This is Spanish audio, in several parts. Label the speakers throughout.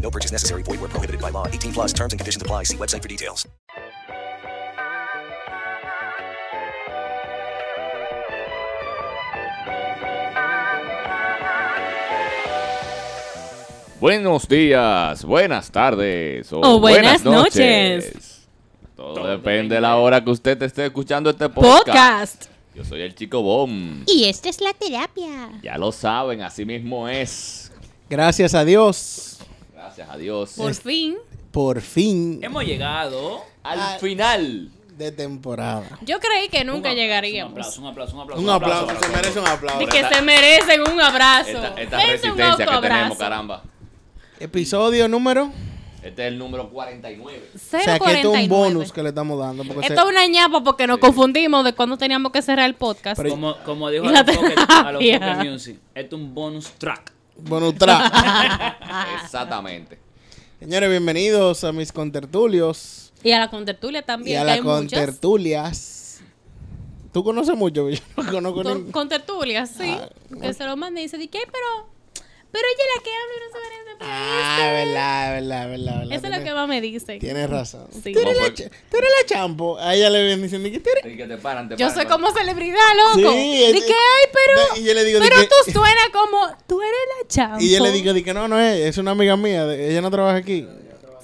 Speaker 1: No purchase necessary. Void where prohibited by law. 18 plus terms and conditions apply. See website for details.
Speaker 2: Buenos días, buenas tardes o,
Speaker 3: O buenas noches.
Speaker 2: Todo, depende de la hora que usted esté escuchando este podcast.
Speaker 3: podcast.
Speaker 2: Yo soy el chico Bom.
Speaker 4: Y esta es la terapia.
Speaker 2: Ya lo saben, así mismo es.
Speaker 5: Gracias a Dios,
Speaker 2: Gracias a Dios.
Speaker 3: Por fin.
Speaker 5: por fin
Speaker 6: Hemos llegado.
Speaker 2: Al final.
Speaker 5: de temporada.
Speaker 3: Yo creí que nunca
Speaker 6: Un
Speaker 3: llegaríamos.
Speaker 6: aplauso, un aplauso, un aplauso.
Speaker 5: Un aplauso, se merece un
Speaker 3: Y
Speaker 5: aplauso.
Speaker 3: que se merecen un abrazo.
Speaker 2: Esta, esta
Speaker 3: Dense
Speaker 2: resistencia que tenemos,
Speaker 3: autoabrazo.
Speaker 2: caramba.
Speaker 5: Episodio número.
Speaker 2: Este es el número 49.
Speaker 5: O sea, que esto es un
Speaker 3: 0.49.
Speaker 5: bonus que le estamos dando. Porque
Speaker 3: Esto es una ñapa porque nos confundimos de cuándo teníamos que cerrar el podcast.
Speaker 5: Pero-
Speaker 6: Como, como dijo
Speaker 3: Y
Speaker 6: a
Speaker 3: la
Speaker 6: los Pocket, a los
Speaker 3: terapia.
Speaker 6: Pocket Music, esto es un bonus track.
Speaker 5: Bonus track.
Speaker 3: Ah.
Speaker 2: Exactamente.
Speaker 5: Señores, bienvenidos a mis contertulios
Speaker 3: Y a la contertulia
Speaker 5: y
Speaker 3: también.
Speaker 5: a
Speaker 3: que
Speaker 5: las
Speaker 3: hay muchas.
Speaker 5: contertulias. Tú conoces mucho, yo no conozco
Speaker 3: Con-
Speaker 5: ningún.
Speaker 3: Contertulia, sí.
Speaker 5: Ah,
Speaker 3: Que se lo manda y dice, ¿qué? Pero, pero ella es la que habla y no se merece por
Speaker 5: Ah, verdad, verdad, verdad, verdad.
Speaker 3: Eso es lo que
Speaker 5: Tienes-
Speaker 3: más me dicen.
Speaker 5: Tienes razón.
Speaker 3: Sí.
Speaker 5: Tú, eres
Speaker 2: Como
Speaker 5: la,
Speaker 2: fue-
Speaker 5: cha- tú eres la champo. A ella le vienen diciendo que tú eres.
Speaker 2: Y que te paran, te
Speaker 3: Yo
Speaker 2: paran,
Speaker 3: soy
Speaker 2: ¿no?
Speaker 3: como celebridad, loco.
Speaker 5: Sí, es-
Speaker 3: de que, ay, pero.
Speaker 5: Y yo le digo de
Speaker 3: pero
Speaker 5: que-
Speaker 3: tú suena como. Tú eres la champa.
Speaker 5: Y yo le digo, de que no, no es, es una amiga mía, de- ella no trabaja aquí.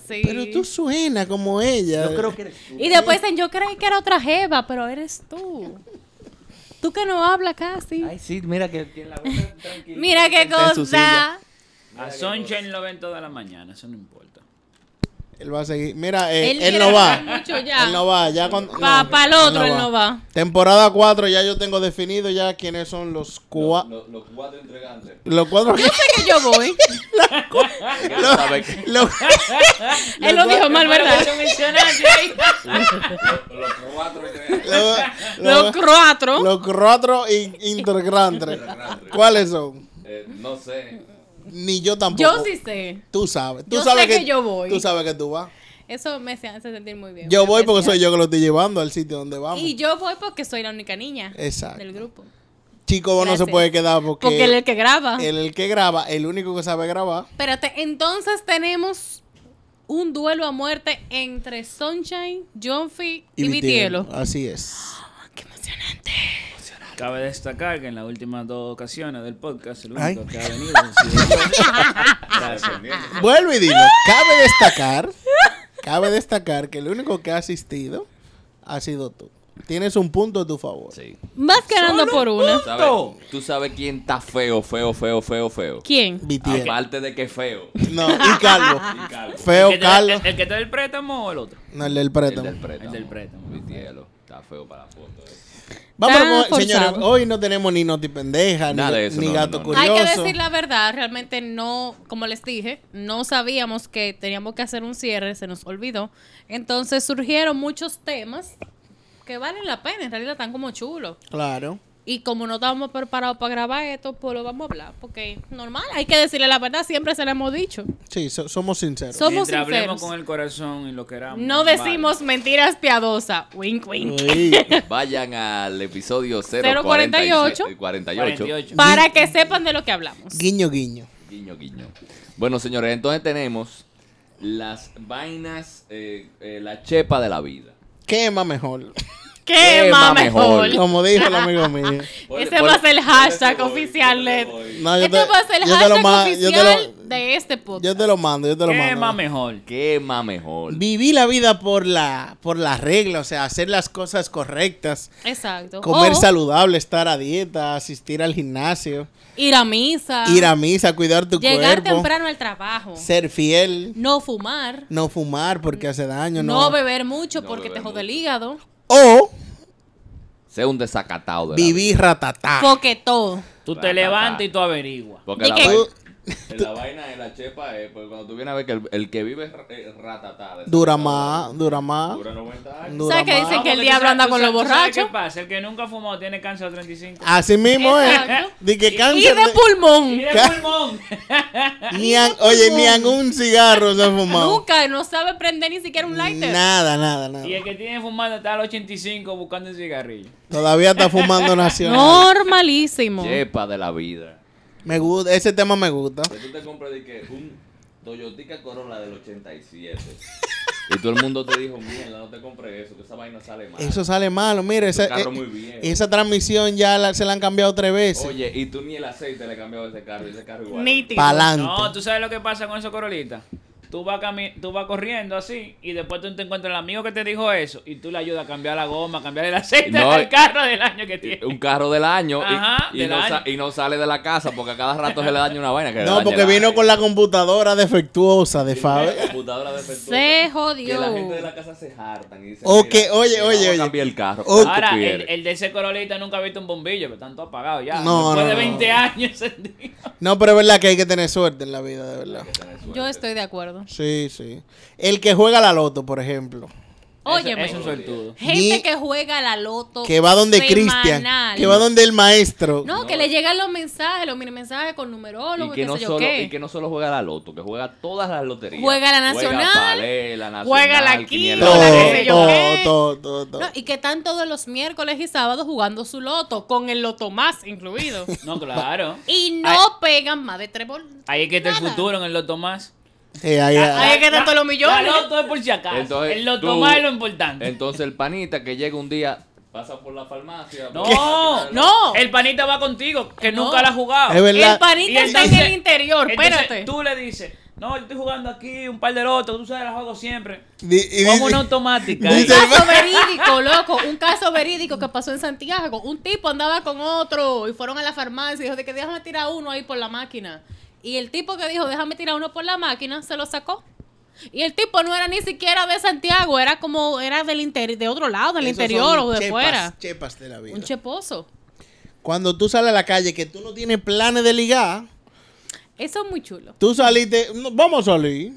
Speaker 3: Sí.
Speaker 5: Pero tú suena como ella. Yo creo que
Speaker 3: Y después dicen, yo creí que era otra jeva, pero eres tú. Tú que no hablas casi.
Speaker 7: Ay, sí, mira que tiene la boca tranquila.
Speaker 3: Mira qué
Speaker 7: Está en su
Speaker 3: cosa.
Speaker 6: A Sunshine lo ven toda la mañana, eso no importa.
Speaker 5: Él va a seguir. Mira, eh,
Speaker 3: Él
Speaker 5: él,
Speaker 3: quiere
Speaker 5: no va.
Speaker 3: hablar mucho ya.
Speaker 5: Él no va. Ya con,
Speaker 3: Pa- pa'l otro él no va.
Speaker 5: Temporada 4 ya yo tengo definido ya quiénes son los cua-
Speaker 2: Los, los cuatro entregantes.
Speaker 5: los cuatro
Speaker 3: Yo sé que yo voy.
Speaker 2: Ya sabes que-
Speaker 5: los,
Speaker 3: Él lo dijo mal, ¿verdad?
Speaker 2: los cuatro entregantes.
Speaker 5: los,
Speaker 3: Los
Speaker 5: los,
Speaker 3: cuatro.
Speaker 5: los cuatro in- integrantes. ¿Cuáles son?
Speaker 2: Eh, no sé.
Speaker 5: Ni yo tampoco.
Speaker 3: Yo sí sé.
Speaker 5: Tú sabes. Tú
Speaker 3: Yo
Speaker 5: sabes
Speaker 3: sé que yo voy.
Speaker 5: Tú sabes que tú vas.
Speaker 3: Eso me hace hace sentir muy bien.
Speaker 5: Yo
Speaker 3: muy
Speaker 5: voy porque
Speaker 3: especial.
Speaker 5: soy yo que lo estoy llevando al sitio donde vamos.
Speaker 3: Y yo voy porque soy la única niña
Speaker 5: Exacto.
Speaker 3: del grupo.
Speaker 5: Chico vos no se
Speaker 3: Gracias.
Speaker 5: puede quedar porque,
Speaker 3: Porque él es el que graba.
Speaker 5: él es el que graba, el único que sabe grabar.
Speaker 3: Espérate, entonces tenemos un duelo a muerte entre Sunshine, Jonfi y, Vitielo.
Speaker 5: Así es.
Speaker 3: Qué emocionante.
Speaker 6: Cabe destacar que en las últimas dos ocasiones del podcast, el
Speaker 5: Ay.
Speaker 6: único que ha venido. ha sido- Gracias.
Speaker 3: Ah.
Speaker 5: Vuelvo y digo, cabe destacar, cabe destacar que el único que ha asistido ha sido tú. Tienes un punto a tu favor.
Speaker 2: Sí.
Speaker 3: Vas ganando por una.
Speaker 2: Uh. ¿Sabes? Tú sabes quién está feo, feo, feo, feo, feo.
Speaker 3: ¿Quién?
Speaker 2: Ah,
Speaker 5: Vitiel.
Speaker 2: Aparte de que feo.
Speaker 5: No, y calvo.
Speaker 2: calvo.
Speaker 5: Feo
Speaker 6: ¿El que te-
Speaker 5: calvo.
Speaker 6: el- ¿El que te da el préstamo o el otro?
Speaker 5: No, el del
Speaker 2: El
Speaker 5: préstamo.
Speaker 2: del préstamo.
Speaker 6: El del préstamo.
Speaker 2: Vitielo. Está feo para la foto. eh.
Speaker 5: Vamos,
Speaker 3: Tan
Speaker 5: con- señores,
Speaker 3: forzado.
Speaker 5: hoy no tenemos ni notipendeja, ni,
Speaker 2: Nada de eso,
Speaker 5: ni
Speaker 2: no,
Speaker 5: gato
Speaker 2: no, no.
Speaker 5: curioso.
Speaker 3: Hay que decir la verdad, realmente no, como les dije, no sabíamos que teníamos que hacer un cierre, se nos olvidó. Entonces surgieron muchos temas que valen la pena, en realidad están como chulos.
Speaker 5: Claro.
Speaker 3: Y como no estábamos preparados para grabar esto, pues lo vamos a hablar, porque normal, hay que decirle la verdad, siempre se lo hemos dicho.
Speaker 5: Sí, so- somos sinceros.
Speaker 3: Somos
Speaker 6: Mientras
Speaker 3: sinceros.
Speaker 6: hablemos con el corazón y lo queramos.
Speaker 3: No decimos mentiras piadosas. Wink, wink.
Speaker 5: Sí.
Speaker 2: Vayan al episodio
Speaker 3: 048.
Speaker 2: 048. 48.
Speaker 6: 48.
Speaker 3: Para que sepan de lo que hablamos.
Speaker 5: Guiño, guiño.
Speaker 2: Guiño, guiño. Bueno, señores, entonces tenemos las vainas, eh, eh, la chepa de la vida.
Speaker 5: Quema mejor.
Speaker 3: ¿Qué
Speaker 2: Quema
Speaker 3: más mejor?
Speaker 2: mejor.
Speaker 5: Como dijo el amigo mío.
Speaker 3: Ese va a ser el hashtag oficial, Led.
Speaker 5: No,
Speaker 3: Este va a ser el
Speaker 5: yo te lo
Speaker 3: hashtag
Speaker 5: ma- yo te lo-
Speaker 3: oficial de este podcast.
Speaker 5: Yo te lo mando, yo te lo
Speaker 6: ¿Qué
Speaker 5: mando.
Speaker 6: más mejor?
Speaker 2: Quema mejor.
Speaker 5: Viví la vida por la, por la regla, o sea, hacer las cosas correctas,
Speaker 3: Exacto.
Speaker 5: comer
Speaker 3: O
Speaker 5: saludable, estar a dieta, asistir al gimnasio,
Speaker 3: ir a misa.
Speaker 5: ir a misa, cuidar tu
Speaker 3: Ah. llegar
Speaker 5: cuerpo,
Speaker 3: temprano al trabajo.
Speaker 5: ser fiel,
Speaker 3: No fumar.
Speaker 5: no fumar porque hace daño,
Speaker 3: No,
Speaker 5: no,
Speaker 3: beber mucho
Speaker 2: No
Speaker 3: porque
Speaker 2: beber
Speaker 3: te jode
Speaker 2: mucho.
Speaker 3: el hígado.
Speaker 5: o
Speaker 2: Sé un desacatado de la vida.
Speaker 5: vivir ratatá.
Speaker 3: Porque todo.
Speaker 6: Tú
Speaker 2: Ta, ta,
Speaker 6: te levantas
Speaker 2: ta.
Speaker 6: y tú averiguas.
Speaker 2: Porque
Speaker 3: ¿De
Speaker 2: la,
Speaker 3: qué?
Speaker 2: vaina-
Speaker 5: Pues,
Speaker 2: la vaina de la chepa es, pues, cuando tú vienes a ver que el, el que vive es ra- es ratatá. desacatado,
Speaker 5: Dura más, dura más.
Speaker 2: Dura 90 años.
Speaker 5: dura
Speaker 3: ¿Sabes qué
Speaker 5: más.
Speaker 3: dicen? que el
Speaker 6: porque tú
Speaker 3: diablo
Speaker 6: sabes-
Speaker 3: anda
Speaker 6: tú
Speaker 3: con
Speaker 6: sabes-
Speaker 3: los
Speaker 6: tú sabes
Speaker 3: borrachos.
Speaker 6: ¿Qué pasa? El que nunca ha fumado tiene cáncer a 35.
Speaker 5: Así mismo es.
Speaker 3: Exacto.
Speaker 5: Di que
Speaker 3: Y
Speaker 5: cáncer.
Speaker 3: de
Speaker 5: de-
Speaker 6: Y
Speaker 3: pulmón.
Speaker 6: de
Speaker 5: ¿Qué?
Speaker 6: pulmón.
Speaker 5: ni an- oye, ni en un cigarro se ha fumado.
Speaker 3: Nunca, no sabe prender ni siquiera un lighter.
Speaker 5: Nada, nada, nada.
Speaker 6: Y el que tiene fumando está al 85 buscando el cigarrillo.
Speaker 5: Todavía está fumando nacional.
Speaker 3: Normalísimo.
Speaker 2: Chepa de la vida.
Speaker 5: Me gusta, ese tema me gusta.
Speaker 2: Que tú te compras de que un Toyotica Corolla del 87. y todo el mundo te dijo, mierda, no te compres eso, que esa vaina sale mal.
Speaker 5: Eso sale malo, mira, esa,
Speaker 2: carro
Speaker 5: eh,
Speaker 2: muy viejo.
Speaker 5: esa transmisión ya la- se la han cambiado tres veces.
Speaker 2: Oye, y tú ni el aceite le cambiabas a ese carro, y ese carro igual.
Speaker 3: Nítido.
Speaker 5: Pa'lante.
Speaker 6: No, tú sabes lo que pasa con esos corolitas. Tú vas, cami- tú vas corriendo así y después tú te encuentras el amigo que te dijo eso y tú le ayudas a cambiar la goma, a cambiar el aceite
Speaker 2: No,
Speaker 3: eh,
Speaker 6: del carro del año que
Speaker 3: uh,
Speaker 6: tiene.
Speaker 2: un carro del año, y-
Speaker 6: Ajá,
Speaker 2: y,
Speaker 6: del
Speaker 2: no sa-
Speaker 6: año.
Speaker 2: y no sale de la casa porque a cada rato se le daña una vaina. que le
Speaker 5: no,
Speaker 2: daña
Speaker 5: porque
Speaker 2: la-
Speaker 5: vino con la computadora defectuosa de
Speaker 2: la
Speaker 5: Faber.
Speaker 2: computadora defectuosa.
Speaker 3: Se
Speaker 2: Que la gente de
Speaker 3: jodió.
Speaker 2: la casa se hartan y dicen,
Speaker 5: O
Speaker 2: "Mira,
Speaker 5: que- oye,
Speaker 2: que
Speaker 5: oye,
Speaker 2: vamos a
Speaker 5: oye.
Speaker 2: cambiar el carro.
Speaker 5: O-
Speaker 2: Ah,
Speaker 6: Ahora,
Speaker 2: tú
Speaker 6: el,
Speaker 2: quieres.
Speaker 6: el de ese corolita nunca ha visto un bombillo, pero están todos apagados ya.
Speaker 5: No,
Speaker 6: Después
Speaker 5: no,
Speaker 6: de
Speaker 5: no.
Speaker 6: 20 años encendido.
Speaker 5: No, pero es verdad que hay que tener suerte en la vida, de verdad.
Speaker 3: Yo estoy de acuerdo.
Speaker 5: Sí, sí. El que juega la loto, por ejemplo.
Speaker 3: Óyeme.
Speaker 6: Es un suertudo.
Speaker 3: Gente
Speaker 5: Ni-
Speaker 3: que juega la loto.
Speaker 5: Que va donde
Speaker 3: Oh, semanal.
Speaker 5: Cristian. Que va donde el maestro.
Speaker 3: No, que le llegan los mensajes, los mini mensajes con
Speaker 2: y
Speaker 3: numerólogo,
Speaker 2: que,
Speaker 3: qué
Speaker 2: no
Speaker 3: sé yo
Speaker 2: solo,
Speaker 3: qué.
Speaker 2: y que no solo juega la loto, que juega todas las loterías.
Speaker 3: Juega la Nacional,
Speaker 2: Juega, Palé, la nacional,
Speaker 3: juega la
Speaker 2: Quiniela.
Speaker 3: Quiniela,
Speaker 5: Todo,
Speaker 3: que sé yo
Speaker 5: todo,
Speaker 3: qué.
Speaker 5: todo, todo, todo.
Speaker 3: No, y que están todos los miércoles y sábados jugando su loto, con el loto más incluido.
Speaker 6: No, claro.
Speaker 3: y no pegan más de tres bol-
Speaker 6: Ahí es que está el
Speaker 3: Nada.
Speaker 6: futuro en el Loto Más.
Speaker 5: Sí, ahí-
Speaker 3: Ahí es que están
Speaker 6: La-
Speaker 3: todos los millones.
Speaker 6: La Loto es por si acaso.
Speaker 2: Entonces,
Speaker 6: el Loto
Speaker 2: tú-
Speaker 6: Más es lo importante.
Speaker 2: Entonces el panita que llega un día, pasa por la farmacia.
Speaker 6: no,
Speaker 3: No.
Speaker 6: El panita va contigo, que
Speaker 3: No.
Speaker 6: nunca la ha jugado.
Speaker 5: Es verdad.
Speaker 3: El panita
Speaker 6: Y
Speaker 3: está en
Speaker 6: entonces-
Speaker 3: el interior,
Speaker 6: Entonces,
Speaker 3: espérate.
Speaker 6: tú le dices, no, yo estoy jugando aquí un par de lotos, tú sabes, la juego siempre.
Speaker 5: Di- y
Speaker 6: Como
Speaker 5: dice-
Speaker 6: una automática. ¿eh?
Speaker 3: Un
Speaker 5: Dice-
Speaker 3: caso verídico, loco, un caso verídico que pasó en Santiago. Un tipo andaba con otro y fueron a la farmacia y dijo de que déjame tirar uno ahí por la máquina. Y el tipo que dijo déjame tirar uno por la máquina se lo sacó. Y el tipo no era ni siquiera de Santiago, era como era del interior, de otro lado, del
Speaker 5: Esos
Speaker 3: interior
Speaker 5: son
Speaker 3: o de
Speaker 5: chepas,
Speaker 3: fuera.
Speaker 5: Chepas de la vida.
Speaker 3: Un cheposo.
Speaker 5: Cuando tú sales a la calle que tú no tienes planes de ligar,
Speaker 3: Eso es muy chulo.
Speaker 5: tú saliste, "No, vamos a salir.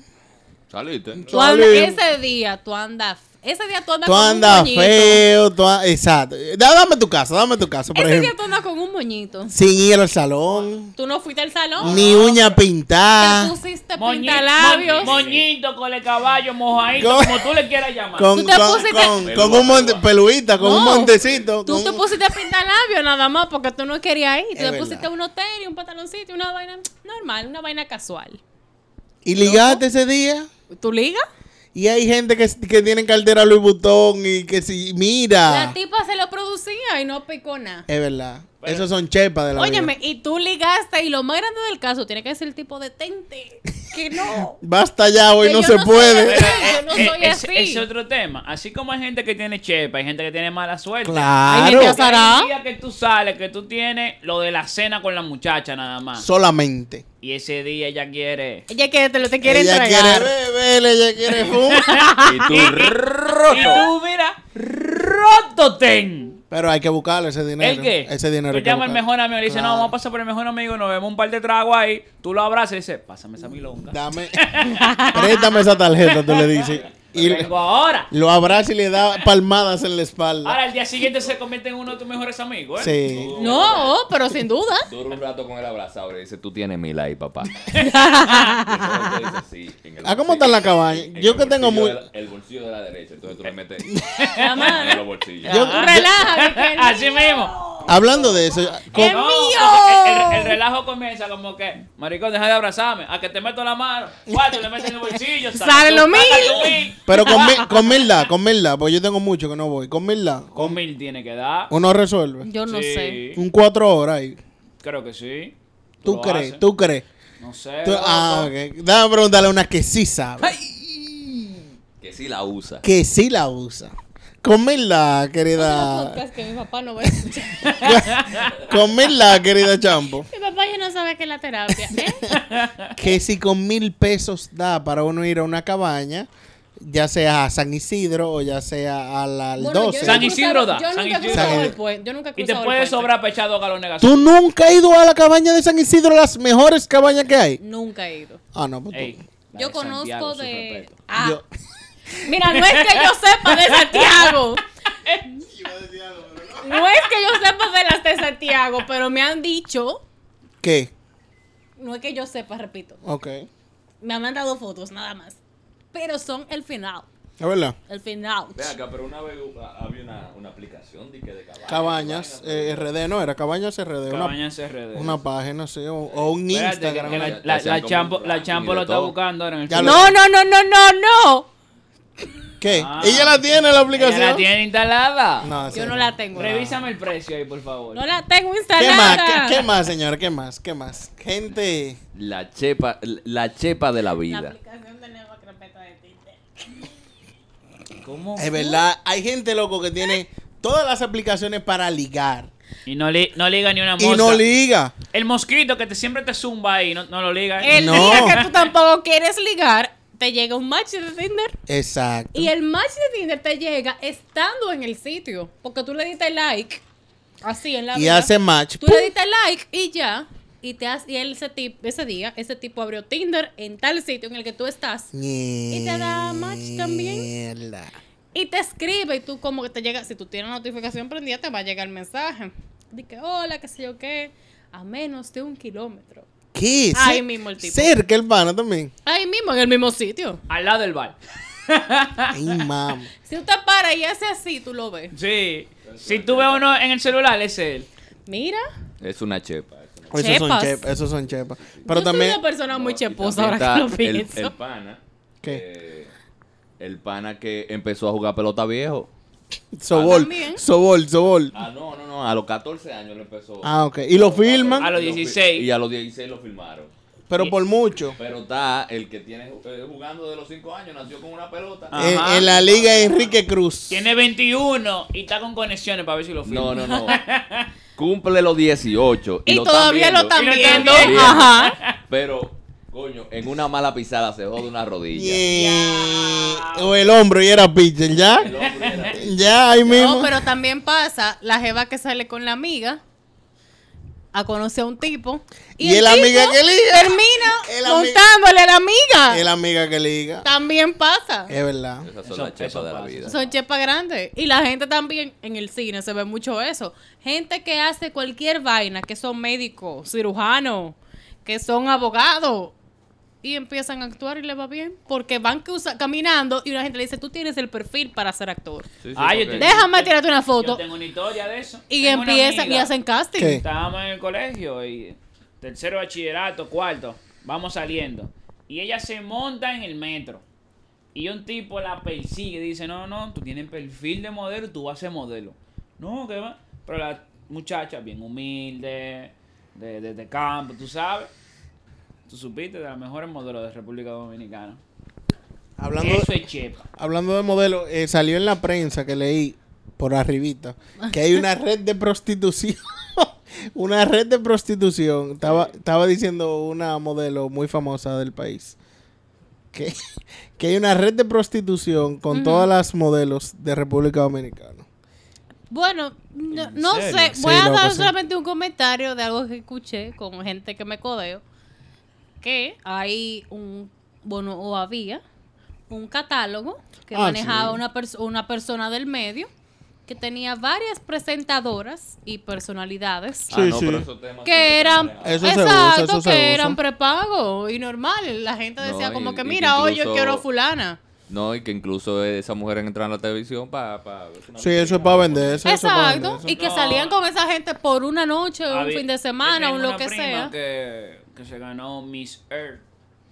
Speaker 2: Saliste.
Speaker 3: Tú andas-
Speaker 5: Chale.
Speaker 3: ese día tú andas, ese día tú andas
Speaker 5: Tú
Speaker 3: con un
Speaker 5: andas
Speaker 3: moñito.
Speaker 5: feo, tú an- exacto. Da- Dame tu casa, dame tu casa, por
Speaker 3: Ese día
Speaker 5: ejemplo.
Speaker 3: tú andas con un moñito.
Speaker 5: Sin ir al salón,
Speaker 3: Tú no fuiste al salón.
Speaker 5: ni uña
Speaker 3: Te
Speaker 5: pintada.
Speaker 3: pusiste
Speaker 6: Moñi-
Speaker 3: pintalabios.
Speaker 6: moñi- moñito, cole caballo, mojadito,
Speaker 5: Con-
Speaker 6: como tú le quieras llamar.
Speaker 5: Con,
Speaker 3: Tú te
Speaker 5: con-
Speaker 3: pusiste-
Speaker 5: con- con un monte, peluita, con un
Speaker 3: No.
Speaker 5: montecito.
Speaker 3: Tú
Speaker 5: con
Speaker 3: te
Speaker 5: un-
Speaker 3: pusiste a pintar labios nada más porque tú no querías ir. Tú
Speaker 5: Es
Speaker 3: te
Speaker 5: verdad.
Speaker 3: pusiste un hotel y un pantaloncito y una vaina normal, una vaina casual.
Speaker 5: y ligaste ese día.
Speaker 3: ¿Tú liga?
Speaker 5: Y hay gente que, que tienen cartera Louis Vuitton y que si, mira.
Speaker 3: La tipa se lo producía y no picó nada.
Speaker 5: Es verdad. Esos son chepas de la vida.
Speaker 3: Óyeme, y tú ligaste y lo más grande del caso tiene que ser el tipo detente. Que no.
Speaker 5: Basta ya, hoy
Speaker 3: Que
Speaker 5: no
Speaker 3: yo
Speaker 5: se
Speaker 3: no soy
Speaker 5: puede.
Speaker 3: así.
Speaker 6: Eh,
Speaker 3: Yo no soy
Speaker 6: es,
Speaker 3: así.
Speaker 6: es otro tema. Así como hay gente que tiene chepa, hay gente que tiene mala suerte.
Speaker 3: Hay
Speaker 5: Claro.
Speaker 3: gente azarada.
Speaker 6: Hay días que tú sales, que tú tienes lo de la cena con la muchacha nada más.
Speaker 5: Solamente.
Speaker 6: Y ese día ella quiere.
Speaker 3: Ella que te lo te quiere
Speaker 5: ella
Speaker 3: entregar.
Speaker 5: quiere beber, ella quiere fumar.
Speaker 2: Y
Speaker 3: Ah,
Speaker 2: tú
Speaker 6: Y
Speaker 2: roto.
Speaker 6: tú, mira, roto ten.
Speaker 5: Pero hay que buscarle ese dinero.
Speaker 6: ¿El qué?
Speaker 5: Ese dinero.
Speaker 6: Tú
Speaker 5: hay que
Speaker 6: llamas al
Speaker 5: buscarlo.
Speaker 6: mejor amigo, le dices,
Speaker 5: Claro.
Speaker 6: no, vamos a pasar por el mejor amigo, nos vemos un par de tragos ahí. Tú lo abrazas y le dices, pásame esa milonga.
Speaker 5: Dame. Préstame esa tarjeta, tú le dices. Y le-
Speaker 6: Vengo ahora.
Speaker 5: lo abraza y le da palmadas en la espalda.
Speaker 6: Ahora, el día siguiente se convierte en uno de tus mejores amigos, ¿eh?
Speaker 5: Sí.
Speaker 3: No, pero sin duda.
Speaker 2: Dura un rato con el abrazado y le dice, tú tienes mil ahí, papá. Y luego te dice, "Sí, en el
Speaker 5: Ah, ¿cómo
Speaker 2: bolsillo".
Speaker 5: está la cabaña?
Speaker 2: En
Speaker 5: Yo
Speaker 2: el
Speaker 5: que
Speaker 2: bolsillo
Speaker 5: tengo muy.
Speaker 2: de la- el bolsillo de la derecha, entonces tú le metes en los bolsillos.
Speaker 5: Yo-
Speaker 6: Ah.
Speaker 3: Tú relaja. que el
Speaker 6: Así
Speaker 3: mío.
Speaker 6: mismo.
Speaker 5: Hablando de eso, con-
Speaker 3: ¡Es mío!
Speaker 6: porque El, el- el relajo comienza como que, maricón, deja de abrazarme, a que te meto la mano, cuatro, le metes en el bolsillo,
Speaker 3: Sale
Speaker 6: tú,
Speaker 3: lo
Speaker 6: saca
Speaker 3: mil.
Speaker 6: tu mil.
Speaker 5: pero con, mi- con humildad, con humildad, porque yo tengo mucho que no voy. Con humildad,
Speaker 6: Con mil tiene que dar.
Speaker 5: uno resuelve.
Speaker 3: Yo no
Speaker 6: Sí,
Speaker 3: sé.
Speaker 5: Un cuatro horas ahí.
Speaker 6: Creo que sí.
Speaker 5: ¿Tú
Speaker 6: lo
Speaker 5: crees?
Speaker 6: haces.
Speaker 5: ¿Tú crees?
Speaker 6: No sé.
Speaker 5: Tú-
Speaker 6: loco.
Speaker 5: ah, ok. Déjame preguntarle a una que sí sabe.
Speaker 2: Que sí la usa.
Speaker 5: Que sí la usa. Comela, querida.
Speaker 3: podcast que mi papá no va a escuchar.
Speaker 5: Comela, querida Champo.
Speaker 3: mi papá ya no sabe qué es la terapia. ¿eh?
Speaker 5: que si con mil pesos da para uno ir a una cabaña, ya sea a San Isidro o ya sea a la al
Speaker 3: Bueno, yo
Speaker 5: 12.
Speaker 3: nunca
Speaker 6: San Isidro
Speaker 3: he cruzado-
Speaker 6: da,
Speaker 3: Yo nunca
Speaker 6: San
Speaker 3: he
Speaker 6: Isidro.
Speaker 3: cruzado
Speaker 5: San-
Speaker 3: el puente. Yo nunca he
Speaker 6: Y te
Speaker 3: cruzado el
Speaker 6: puede
Speaker 3: puente.
Speaker 6: sobrar pechado dos galones de gasolina.
Speaker 5: ¿Tú nunca has ido a la cabaña de San Isidro, las mejores cabañas que hay?
Speaker 3: Nunca he ido.
Speaker 5: Ah, no, pues tú-
Speaker 6: Ey, la
Speaker 3: Yo
Speaker 6: de
Speaker 3: conozco
Speaker 6: Santiago, su
Speaker 3: de.
Speaker 6: respeto.
Speaker 3: Ah,
Speaker 5: Yo-
Speaker 3: Mira, no es que yo sepa de Santiago. No es que yo sepa de las de Santiago, pero me han dicho.
Speaker 5: ¿Qué?
Speaker 3: No es que yo sepa, repito.
Speaker 5: Ok.
Speaker 3: Me han mandado fotos, nada más. Pero son el final.
Speaker 5: Es verdad.
Speaker 3: El final.
Speaker 2: Ve acá, pero una vez hubo- había una, una aplicación de, que de cabañas.
Speaker 5: Cabañas, eh, RD, no, era Cabañas RD. una-
Speaker 6: Cabañas RD.
Speaker 5: Una, página, sí, o, o un
Speaker 6: Espérate,
Speaker 5: Instagram.
Speaker 6: que
Speaker 5: una-
Speaker 6: la, la,
Speaker 2: Ya sean
Speaker 6: la
Speaker 2: como
Speaker 6: champo,
Speaker 2: un
Speaker 6: la
Speaker 2: ranking
Speaker 6: champo
Speaker 2: y
Speaker 6: lo
Speaker 2: de
Speaker 6: está
Speaker 2: todo.
Speaker 6: buscando ahora en el
Speaker 5: Ya lo-
Speaker 6: celular.
Speaker 3: No, no, no, no, no, no.
Speaker 5: ¿Qué?
Speaker 6: Ah.
Speaker 5: ¿Ella la tiene la
Speaker 6: Ella
Speaker 5: aplicación?
Speaker 6: la tiene instalada.
Speaker 5: No,
Speaker 3: Yo
Speaker 5: sí,
Speaker 3: no la tengo.
Speaker 6: Revísame el precio ahí, por favor.
Speaker 3: No la tengo
Speaker 5: ¿Qué más?
Speaker 3: instalada.
Speaker 5: ¿Qué, qué más, señor? ¿Qué más? ¿Qué más? Gente.
Speaker 2: La chepa, la chepa de la
Speaker 3: La
Speaker 2: vida.
Speaker 3: aplicación de nueva carpeta de Tinder.
Speaker 6: ¿Cómo?
Speaker 5: Es verdad, hay gente loco que tiene todas las aplicaciones para ligar.
Speaker 6: Y no, li- no liga ni una
Speaker 5: Y
Speaker 6: mosca.
Speaker 5: no liga.
Speaker 6: el mosquito que te, siempre te zumba ahí, no, no lo liga.
Speaker 3: El
Speaker 5: No.
Speaker 3: día que tú tampoco quieres ligar, te llega un match de Tinder.
Speaker 5: Exacto.
Speaker 3: Y el match de Tinder te llega estando en el sitio. Porque tú le diste like. Así en la
Speaker 5: Y
Speaker 3: vida.
Speaker 5: hace match.
Speaker 3: Tú
Speaker 5: ¡Pum!
Speaker 3: le diste like y ya. Y, te has, y él ese, tip, ese día, ese tipo abrió Tinder en tal sitio en el que tú estás.
Speaker 5: Y
Speaker 3: te da match también.
Speaker 5: Mierda.
Speaker 3: Y te escribe y tú como que te llega, si tú tienes la notificación prendida, te va a llegar el mensaje. Di que hola, qué sé yo qué, a menos de un kilómetro.
Speaker 5: ¿Qué?
Speaker 3: Ahí
Speaker 5: Ce-
Speaker 3: mismo el tipo.
Speaker 5: Cerca el pana también.
Speaker 3: Ahí mismo, en el mismo sitio.
Speaker 6: Al lado del bar.
Speaker 3: Ah.
Speaker 5: Ay, mamá.
Speaker 3: Si usted para y hace así, tú lo ves.
Speaker 6: Sí. Si tú ves uno en el celular, es él.
Speaker 3: Mira,
Speaker 2: Es una chepa.
Speaker 5: Esos son
Speaker 3: Chepas.
Speaker 5: chepas. Esos son chepas.
Speaker 3: pero
Speaker 5: Pero
Speaker 3: yo
Speaker 5: también.
Speaker 3: soy una persona muy
Speaker 2: No, y
Speaker 3: cheposa
Speaker 2: también
Speaker 3: ahora que lo
Speaker 2: está el-
Speaker 3: pienso.
Speaker 2: El, pana.
Speaker 5: ¿Qué?
Speaker 2: eh, el pana que empezó a jugar pelota viejo.
Speaker 5: Sobol.
Speaker 3: Ah, también.
Speaker 5: Sobol, sobol.
Speaker 2: Ah, no, no, no. A los 14 años lo empezó.
Speaker 5: Ah, ok. Y lo filman,
Speaker 6: A los
Speaker 2: Lo fi-
Speaker 6: 16.
Speaker 2: Y a los 16 lo filmaron.
Speaker 5: pero por mucho.
Speaker 2: Pero está el que tiene eh, jugando de los 5 años, nació con una pelota.
Speaker 6: Ah.
Speaker 5: En,
Speaker 6: Ajá.
Speaker 5: en la liga de Enrique Cruz.
Speaker 6: Tiene 21 y está con conexiones para ver si lo filma.
Speaker 2: No, no, no. Cumple los 18. Y,
Speaker 3: y
Speaker 2: lo están
Speaker 3: todavía lo
Speaker 2: viendo.
Speaker 3: están
Speaker 6: Y lo están
Speaker 3: viendo.
Speaker 6: viendo.
Speaker 3: Ajá.
Speaker 2: Pero, coño, en una mala pisada se jode una rodilla.
Speaker 5: Yeah. O el hombro y era pitcher, ¿ya?
Speaker 2: El hombre era-
Speaker 5: Ya, ahí mismo.
Speaker 3: No, pero también pasa la jeva que sale con la amiga a conocer a un tipo.
Speaker 5: Y el amiga
Speaker 3: tipo
Speaker 5: que liga. El
Speaker 3: Termina
Speaker 5: ami-
Speaker 3: montándole a la amiga.
Speaker 5: Es la amiga que liga.
Speaker 3: También pasa.
Speaker 5: Es verdad.
Speaker 2: Esas son
Speaker 6: Eso-
Speaker 2: las chepas
Speaker 6: eso
Speaker 2: de la
Speaker 6: pasa,
Speaker 2: vida.
Speaker 3: Son chepas grandes. Y la gente también en el cine se ve mucho eso. Gente que hace cualquier vaina, que son médicos, cirujanos, que son abogados. Y empiezan a actuar y les va bien. Porque van cruza- caminando y una gente le dice, tú tienes el perfil para ser actor.
Speaker 2: Sí, sí,
Speaker 6: Ah, yo
Speaker 2: porque-
Speaker 6: te-
Speaker 3: Déjame tirarte una
Speaker 6: Yo
Speaker 3: foto.
Speaker 6: tengo una historia de eso.
Speaker 3: Y
Speaker 6: Tengo una
Speaker 3: empiezan y
Speaker 6: amiga.
Speaker 3: hacen casting.
Speaker 5: ¿Qué?
Speaker 6: Estábamos en el colegio y tercero bachillerato, cuarto, vamos saliendo. Y ella se monta en el metro. Y un tipo la persigue, dice, no, no, tú tienes perfil de modelo, tú vas a ser modelo. No, que va. Pero la muchacha, bien humilde, de, de- de campo, tú sabes. Tú supiste de las mejores modelos de República Dominicana.
Speaker 5: Hablando,
Speaker 6: Eso es chepa.
Speaker 5: hablando de modelo, eh, salió en la prensa que leí por arribita que hay una red de prostitución. una red de prostitución. Estaba, estaba diciendo una modelo muy famosa del país. Que, que hay una red de prostitución con todas las modelos de República Dominicana.
Speaker 3: Bueno, no, no
Speaker 6: serio?
Speaker 3: sé,
Speaker 5: Sí,
Speaker 3: voy a
Speaker 5: loco,
Speaker 3: dar
Speaker 5: sí.
Speaker 3: solamente un comentario de algo que escuché con gente que me codeo, que hay un, bueno, o había un catálogo que
Speaker 5: Ah,
Speaker 3: manejaba
Speaker 5: sí.
Speaker 3: una, perso- una persona del medio que tenía varias presentadoras y personalidades.
Speaker 2: Ah,
Speaker 5: Sí,
Speaker 2: no,
Speaker 5: sí.
Speaker 2: pero esos temas
Speaker 3: Que
Speaker 2: siempre
Speaker 3: eran,
Speaker 2: están
Speaker 5: Eso se usa,
Speaker 3: exacto,
Speaker 5: eso se
Speaker 3: que
Speaker 5: usa.
Speaker 3: eran prepago y normal. La gente
Speaker 2: No,
Speaker 3: decía como
Speaker 2: y-
Speaker 3: que,
Speaker 2: y
Speaker 3: mira, hoy yo
Speaker 2: incluso-
Speaker 3: quiero a fulana.
Speaker 2: No, y que incluso esas mujeres entran a la televisión para... Pa,
Speaker 5: Sí, eso es para vender. Eso, eso es para vender,
Speaker 3: Exacto,
Speaker 5: eso.
Speaker 3: y que
Speaker 6: No.
Speaker 3: salían con esa gente por una noche, un
Speaker 6: Había-
Speaker 3: fin de semana,
Speaker 6: tengo
Speaker 3: un lo
Speaker 6: una
Speaker 3: que
Speaker 6: prima
Speaker 3: sea.
Speaker 6: Que, que se ganó Miss Earth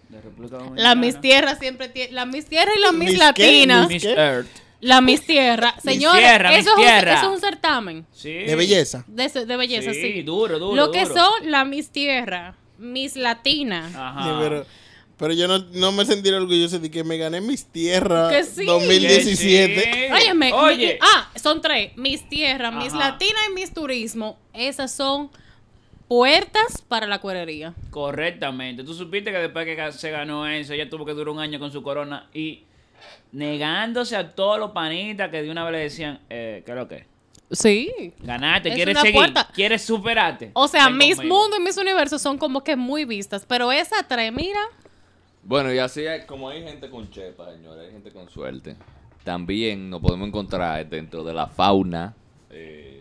Speaker 6: de República Dominicana.
Speaker 3: La Miss Tierra siempre tiene. La Miss Tierra y la Miss,
Speaker 5: ¿Miss
Speaker 3: Latina.
Speaker 5: qué?
Speaker 6: Miss Earth.
Speaker 3: La Miss Tierra. Señores,
Speaker 6: Tierra, Miss
Speaker 3: eso, es un-
Speaker 6: Tierra.
Speaker 3: eso es un certamen
Speaker 6: Sí.
Speaker 5: De belleza.
Speaker 3: de, de belleza, sí.
Speaker 6: Sí, duro, Ah, duro,
Speaker 3: Lo que
Speaker 6: duro.
Speaker 3: son la Miss Tierra, Miss Latina.
Speaker 6: Ajá.
Speaker 5: Sí, pero, pero yo no, no me sentí orgulloso de que me gané mis tierras
Speaker 3: Que sí.
Speaker 6: Que
Speaker 5: 2017.
Speaker 6: sí.
Speaker 3: Óyeme,
Speaker 6: Oye.
Speaker 3: mi- ah, son tres. Mis tierras, mis
Speaker 6: Ajá.
Speaker 3: latinas y mis turismo. Esas son puertas para la cuerería.
Speaker 6: Correctamente. Tú supiste que después que ga- se ganó eso, ella tuvo que durar un año con su corona y negándose a todos los panitas que de una vez le decían, eh, ¿qué es lo que?
Speaker 3: Sí.
Speaker 6: Ganaste,
Speaker 3: Es
Speaker 6: quieres
Speaker 3: una
Speaker 6: seguir,
Speaker 3: puerta.
Speaker 6: quieres superarte.
Speaker 3: O sea,
Speaker 6: Ven
Speaker 3: Miss
Speaker 6: conmigo.
Speaker 3: Mundo y Miss Universo son como que muy vistas. Pero esas tres, mira.
Speaker 2: Bueno, y así es como hay gente con chepa, señores, hay gente con suerte. También nos podemos encontrar dentro de la fauna. eh,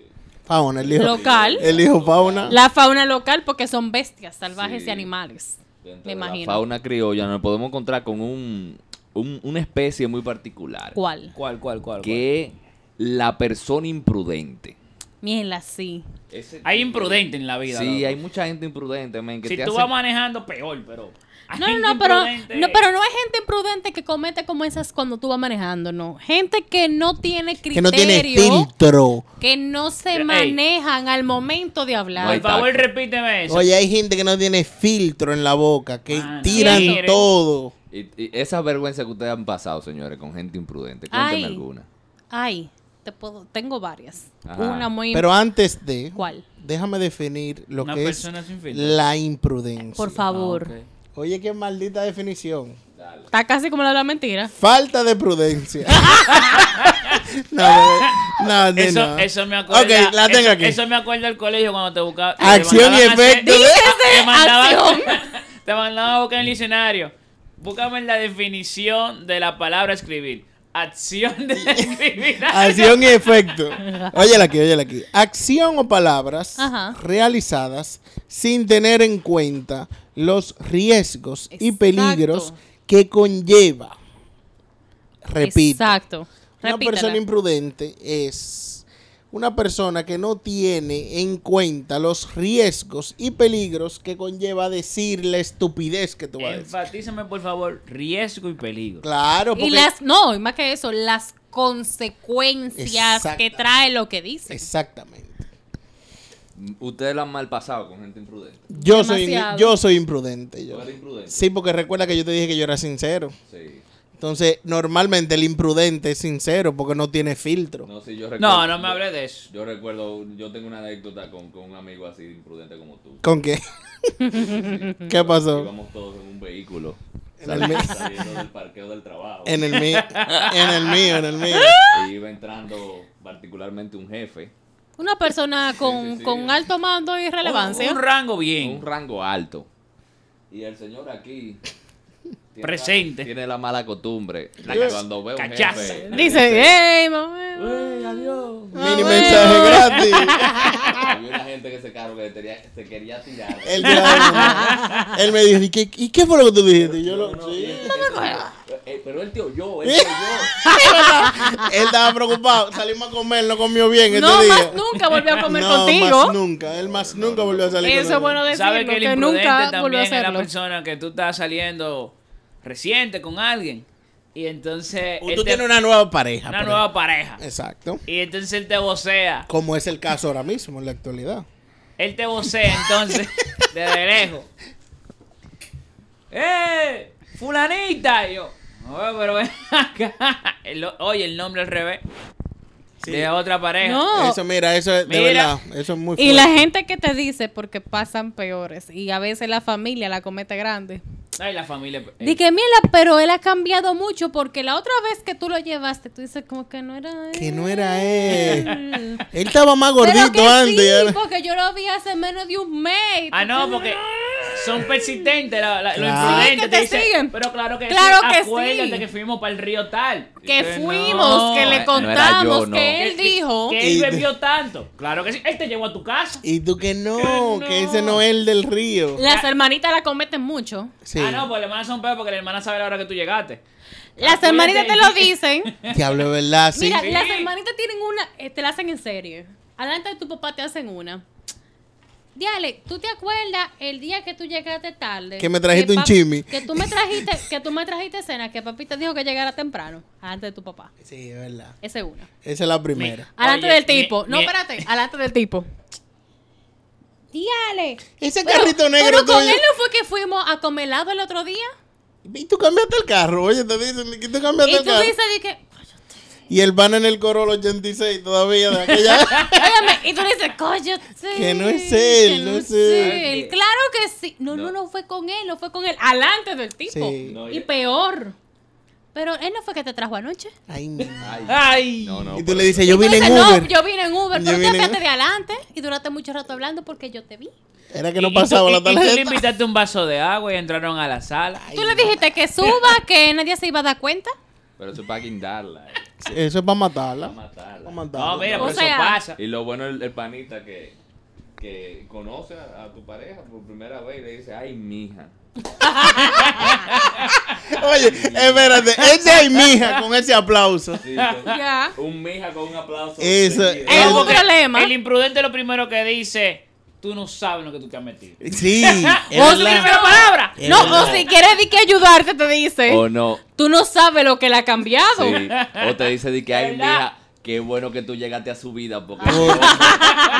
Speaker 5: Fauna, el hijo.
Speaker 3: Local.
Speaker 5: El hijo Fauna.
Speaker 3: La fauna local porque son bestias salvajes
Speaker 2: Sí.
Speaker 3: y animales.
Speaker 2: dentro de
Speaker 3: Me imagino.
Speaker 2: la fauna criolla nos podemos encontrar con un, un- una especie muy particular.
Speaker 3: ¿Cuál?
Speaker 6: ¿Cuál, cuál, cuál?
Speaker 2: Que es la persona imprudente.
Speaker 3: Miela, sí.
Speaker 2: Ese-
Speaker 6: cuál? Hay imprudente en la vida.
Speaker 2: Sí,
Speaker 6: loco.
Speaker 2: hay mucha gente imprudente, men, que
Speaker 6: Si
Speaker 2: te
Speaker 6: tú
Speaker 2: hace-
Speaker 6: vas manejando, peor, pero. hay
Speaker 3: No,
Speaker 6: gente
Speaker 3: no, no, pero
Speaker 6: imprudente.
Speaker 3: no, pero no es gente imprudente que comete como esas cuando tú vas manejando, no. Gente que no tiene criterio,
Speaker 5: Que no tiene filtro.
Speaker 3: que no se
Speaker 6: Ey.
Speaker 3: manejan al momento de
Speaker 2: No hay
Speaker 3: hablar.
Speaker 6: Por favor,
Speaker 2: tacto.
Speaker 6: repíteme eso.
Speaker 5: Oye, hay gente que no tiene filtro en la boca, que
Speaker 6: Ah, no.
Speaker 5: tiran
Speaker 6: Cierto.
Speaker 5: todo.
Speaker 2: Y, y esa vergüenza que ustedes han pasado, señores, con gente imprudente.
Speaker 3: Ay.
Speaker 2: Cuéntenme alguna.
Speaker 3: Ay, te puedo, tengo varias.
Speaker 2: Ajá.
Speaker 3: Una muy
Speaker 5: Pero antes de,
Speaker 3: ¿Cuál?
Speaker 5: déjame definir lo
Speaker 6: Una
Speaker 5: que es
Speaker 6: persona sin filtro.
Speaker 5: la imprudencia.
Speaker 3: Por favor.
Speaker 6: Ah, ok.
Speaker 5: Oye, qué maldita definición.
Speaker 3: Está casi como la de la mentira.
Speaker 5: Falta de prudencia. no, bebé. no, no,
Speaker 6: Eso,
Speaker 5: no.
Speaker 6: eso me acuerda.
Speaker 5: Ok, la tengo
Speaker 6: eso,
Speaker 5: aquí.
Speaker 6: eso me acuerda del colegio cuando te buscaba.
Speaker 5: Acción y efecto.
Speaker 6: Te mandaban,
Speaker 3: acción.
Speaker 6: te mandaban a buscar en el diccionario. Búscame la definición de la palabra escribir. Acción de escribir.
Speaker 5: Acción y efecto. Óyela aquí, óyela aquí. Acción o palabras
Speaker 3: Ajá.
Speaker 5: realizadas sin tener en cuenta los riesgos y
Speaker 3: Exacto.
Speaker 5: peligros que conlleva. Repito.
Speaker 3: Exacto.
Speaker 5: Una
Speaker 3: Repítela.
Speaker 5: persona imprudente es una persona que no tiene en cuenta los riesgos y peligros que conlleva decir la estupidez que tú vas a decir.
Speaker 6: Enfatízame, por favor, riesgo y peligro.
Speaker 5: Claro,
Speaker 3: Y
Speaker 5: porque
Speaker 3: las, no, y más que eso, las consecuencias que
Speaker 5: Exactamente.
Speaker 3: trae lo que dice.
Speaker 5: exactamente.
Speaker 2: Ustedes la han mal pasado con gente imprudente.
Speaker 5: Yo soy
Speaker 3: Demasiado.
Speaker 5: yo soy imprudente, yo.
Speaker 2: ¿Tú eres imprudente?
Speaker 5: Sí, porque recuerda que yo te dije que yo era sincero.
Speaker 2: Sí.
Speaker 5: Entonces, normalmente el imprudente es sincero porque no tiene filtro.
Speaker 2: No, sí, yo recuerdo.
Speaker 6: No, no me hables de eso.
Speaker 2: Yo recuerdo, yo tengo una anécdota con, con un amigo así imprudente como tú.
Speaker 5: ¿Con qué? ¿Qué pasó?
Speaker 2: Íbamos todos en un vehículo.
Speaker 5: En el
Speaker 2: sali-
Speaker 5: mi-
Speaker 2: saliendo del parqueo del trabajo.
Speaker 5: En el mío, en el mío, en el mío.
Speaker 2: Y iba entrando particularmente un jefe.
Speaker 3: Una persona con,
Speaker 2: sí, sí.
Speaker 3: con un alto mando y relevancia.
Speaker 6: Un, un rango
Speaker 2: con
Speaker 6: bien.
Speaker 2: Un rango alto. Y el señor aquí. tiene la-
Speaker 6: Presente.
Speaker 2: tiene la mala costumbre. de
Speaker 6: Cachas-
Speaker 2: cuando ve un
Speaker 6: cachaza.
Speaker 2: jefe.
Speaker 3: Dice, hey, mamá.
Speaker 5: Mini mensaje gratis.
Speaker 2: Había una gente que se carro que tenía- se quería tirar.
Speaker 5: Él, me la- él me dijo, ¿y qué, y qué fue lo que tú dijiste? Y yo lo,
Speaker 2: No,
Speaker 5: sí.
Speaker 2: y él- Eh, Pero él te oyó, él te
Speaker 5: Eh.
Speaker 2: oyó.
Speaker 5: Él estaba preocupado. Salimos a comer, no comió bien
Speaker 3: No
Speaker 5: este día.
Speaker 3: más nunca volvió a comer
Speaker 5: No,
Speaker 3: contigo.
Speaker 5: más nunca. Él más nunca volvió a salir con
Speaker 3: Eso es
Speaker 5: él.
Speaker 3: bueno
Speaker 6: Sabes
Speaker 3: decirlo,
Speaker 6: que
Speaker 3: que,
Speaker 6: el imprudente
Speaker 3: nunca volvió
Speaker 6: también
Speaker 3: a
Speaker 6: es la
Speaker 3: hacerlo.
Speaker 6: persona que tú estás saliendo reciente con alguien. Y entonces. este
Speaker 5: O Tú
Speaker 6: él
Speaker 3: Este,
Speaker 6: te-
Speaker 5: tienes una nueva pareja.
Speaker 6: una
Speaker 5: por
Speaker 6: nueva pareja.
Speaker 5: ejemplo. Exacto.
Speaker 6: Y entonces él te vocea.
Speaker 5: Como es el caso ahora mismo, en la actualidad.
Speaker 6: Él te vocea entonces desde lejos. ¡Eh! ¡Fulanita! Y yo. "Oye, pero ven acá". El- oye, el nombre al revés. De otra pareja.
Speaker 3: No.
Speaker 5: Eso, mira, eso es de
Speaker 6: Mira.
Speaker 5: verdad. Eso es muy
Speaker 3: Y
Speaker 5: fuerte.
Speaker 3: la gente que te dice porque pasan peores y a veces la familia la comete grande.
Speaker 6: Ay, la familia. eh,
Speaker 3: Dije, mira, pero él ha cambiado mucho porque la otra vez que tú lo llevaste, tú dices como que no era él.
Speaker 5: Que no era él. él estaba más gordito
Speaker 3: Pero que
Speaker 5: antes. y
Speaker 3: sí, pues.
Speaker 5: ahora-
Speaker 3: porque yo lo vi hace menos de un mes.
Speaker 6: Ah, no, porque son persistentes la, la- los
Speaker 5: Claro.
Speaker 6: imprudentes.
Speaker 3: Sí, que te
Speaker 6: dicen,
Speaker 3: siguen.
Speaker 6: Pero claro que
Speaker 3: Claro
Speaker 6: sí.
Speaker 3: que
Speaker 6: acuérdate
Speaker 3: sí.
Speaker 6: que fuimos para el río tal.
Speaker 3: Que
Speaker 6: no.
Speaker 3: fuimos, que le
Speaker 2: no era
Speaker 3: contamos,
Speaker 2: yo, no.
Speaker 3: que él dijo.
Speaker 6: Que él
Speaker 5: Y-
Speaker 6: bebió tanto. Claro que sí. Él te llevó a tu casa.
Speaker 5: Y tú que no, que ese no es el del río.
Speaker 3: Las hermanitas la cometen mucho.
Speaker 5: Sí.
Speaker 6: Ah, no, pues la hermana son peor porque la hermana sabe la hora que tú llegaste.
Speaker 3: Las
Speaker 6: Acuérdate.
Speaker 3: hermanitas te lo dicen.
Speaker 5: Diablo, ¿verdad? Sí.
Speaker 3: Mira,
Speaker 6: Sí.
Speaker 3: las hermanitas tienen una, eh, te la hacen en serie. Adelante de tu papá te hacen una. Diale, ¿tú te acuerdas el día que tú llegaste tarde?
Speaker 5: Que me trajiste un
Speaker 3: pap-
Speaker 5: chimi.
Speaker 3: Que tú me trajiste, que tú me trajiste cena, que papi te dijo que llegara temprano, adelante de tu papá.
Speaker 5: Sí, es verdad.
Speaker 3: Esa es una.
Speaker 5: Esa es la primera.
Speaker 3: Adelante
Speaker 6: Oye,
Speaker 3: del tipo.
Speaker 6: mi-
Speaker 3: no,
Speaker 6: mi-
Speaker 3: espérate, adelante del tipo. ¡Diale!
Speaker 5: Ese
Speaker 3: Pero-
Speaker 5: carrito negro
Speaker 3: Pero con
Speaker 5: tuyo.
Speaker 3: él no fue que fuimos a comer helado el otro día.
Speaker 5: Y tú cambiaste el carro, oye, te dicen que tú cambiaste
Speaker 3: Y
Speaker 5: el
Speaker 3: tú
Speaker 5: carro.
Speaker 3: dices de que.
Speaker 5: Y el van en el Corolla 86 todavía de aquella.
Speaker 3: Óyame, y tú dices, cállate.
Speaker 5: Que no es él,
Speaker 3: que
Speaker 5: no es él".
Speaker 3: él. Claro que sí. No, no, no fue con él, no fue con él. Alante del tipo.
Speaker 5: Sí.
Speaker 2: No,
Speaker 3: Y
Speaker 2: y-
Speaker 3: peor. Pero él no fue que te trajo anoche.
Speaker 5: Ay, mi
Speaker 6: ¡Ay!
Speaker 2: No, no.
Speaker 5: y tú
Speaker 2: pero-
Speaker 5: le dices, yo vine en
Speaker 3: Entonces,
Speaker 5: Uber.
Speaker 3: No, yo vine en Uber,
Speaker 5: Yo
Speaker 3: pero tú
Speaker 5: vine en-
Speaker 3: hablaste de adelante y duraste mucho rato hablando porque yo te vi.
Speaker 5: Era que
Speaker 6: Y-
Speaker 5: no
Speaker 6: y tú-
Speaker 5: pasaba
Speaker 6: y-
Speaker 5: la
Speaker 6: y tú le
Speaker 5: tarjeta.
Speaker 6: invitaste un vaso de agua y entraron a la sala.
Speaker 3: Tú le dijiste que suba, que nadie se iba a dar cuenta.
Speaker 2: Pero eso es para guindarla. eh,
Speaker 5: Eso es para matarla.
Speaker 2: para matarla.
Speaker 5: Pa' matarla.
Speaker 6: No, mira,
Speaker 3: O
Speaker 6: pero eso
Speaker 3: sea-
Speaker 6: pasa.
Speaker 2: Y lo bueno es el, el panita que, que conoce a, a tu pareja por primera vez y le dice, ay, mija.
Speaker 5: Oye, espérate, ese es mi hija con ese aplauso.
Speaker 2: Sí, entonces,
Speaker 3: Ya.
Speaker 2: un mija con un aplauso.
Speaker 5: Eso.
Speaker 2: seguido.
Speaker 3: Es
Speaker 6: como
Speaker 3: un problema.
Speaker 6: El imprudente lo primero que dice, tú no sabes lo que tú te has metido.
Speaker 5: Sí, es
Speaker 3: O
Speaker 5: verdad.
Speaker 3: primera palabra.
Speaker 5: Es
Speaker 3: no,
Speaker 5: verdad.
Speaker 3: o si quieres di que ayudarte, te dice.
Speaker 6: Eh.
Speaker 2: O no.
Speaker 3: Tú no sabes lo que le ha cambiado.
Speaker 2: Sí. O te dice de que, ay,
Speaker 6: ¿Verdad?
Speaker 2: mija, qué bueno que tú llegaste a su vida
Speaker 5: Ah.
Speaker 2: porque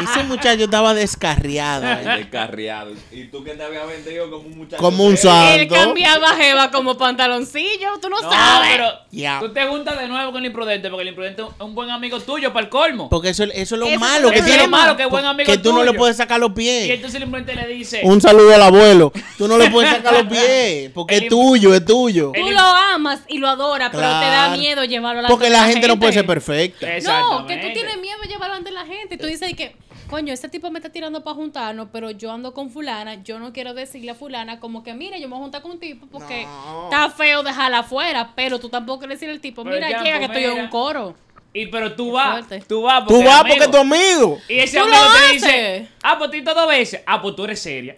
Speaker 5: Ese muchacho estaba descarriado. ahí.
Speaker 2: descarriado. Y tú que te habías vendido como un muchacho.
Speaker 5: Como un
Speaker 2: serio.
Speaker 5: santo.
Speaker 3: Él
Speaker 5: Ando.
Speaker 3: cambiaba jeva como pantaloncillo, tú no,
Speaker 6: No,
Speaker 3: sabes.
Speaker 6: pero
Speaker 5: Ya.
Speaker 6: tú te juntas de nuevo con el imprudente porque el imprudente es un buen amigo tuyo para el colmo.
Speaker 5: Porque eso, eso es lo
Speaker 3: Ese es
Speaker 5: malo.
Speaker 3: el
Speaker 5: que
Speaker 3: problema.
Speaker 5: tiene-
Speaker 6: Malo, que buen amigo
Speaker 5: Que tú no
Speaker 6: tuyo.
Speaker 5: le puedes sacar los
Speaker 6: Y
Speaker 5: pies.
Speaker 6: entonces el imprudente le dice,
Speaker 5: Un saludo al abuelo. Tú no le puedes sacar los pies. Porque
Speaker 6: El-
Speaker 5: es tuyo, es tuyo.
Speaker 3: Tú
Speaker 6: El-
Speaker 3: lo amas y lo adoras, pero te da
Speaker 5: Claro.
Speaker 3: miedo llevarlo a la
Speaker 5: Porque
Speaker 3: otra
Speaker 5: la gente no puede ser perfecta.
Speaker 3: No, que
Speaker 6: Exactamente.
Speaker 3: tú tienes miedo de llevarlo ante la gente. Y tú dices que, coño, este tipo me está tirando para juntarnos, pero yo ando con fulana. Yo no quiero decirle a fulana como que, mira, yo me voy a juntar con un tipo porque está feo dejarla afuera. Pero tú tampoco quieres decirle al tipo,
Speaker 6: Pero
Speaker 3: mira,
Speaker 6: ya,
Speaker 3: llega que
Speaker 6: pues,
Speaker 3: estoy en
Speaker 6: mira.
Speaker 3: un coro.
Speaker 6: Y pero tú
Speaker 3: Qué
Speaker 6: vas,
Speaker 3: fuerte.
Speaker 6: tú vas porque
Speaker 5: Tú vas
Speaker 6: amigo.
Speaker 5: porque es tu amigo.
Speaker 6: Y ese
Speaker 3: Tú
Speaker 6: amigo
Speaker 3: lo
Speaker 6: te
Speaker 3: haces.
Speaker 6: dice, ah, pues tú hiciste dos veces. Ah, pues tú eres seria.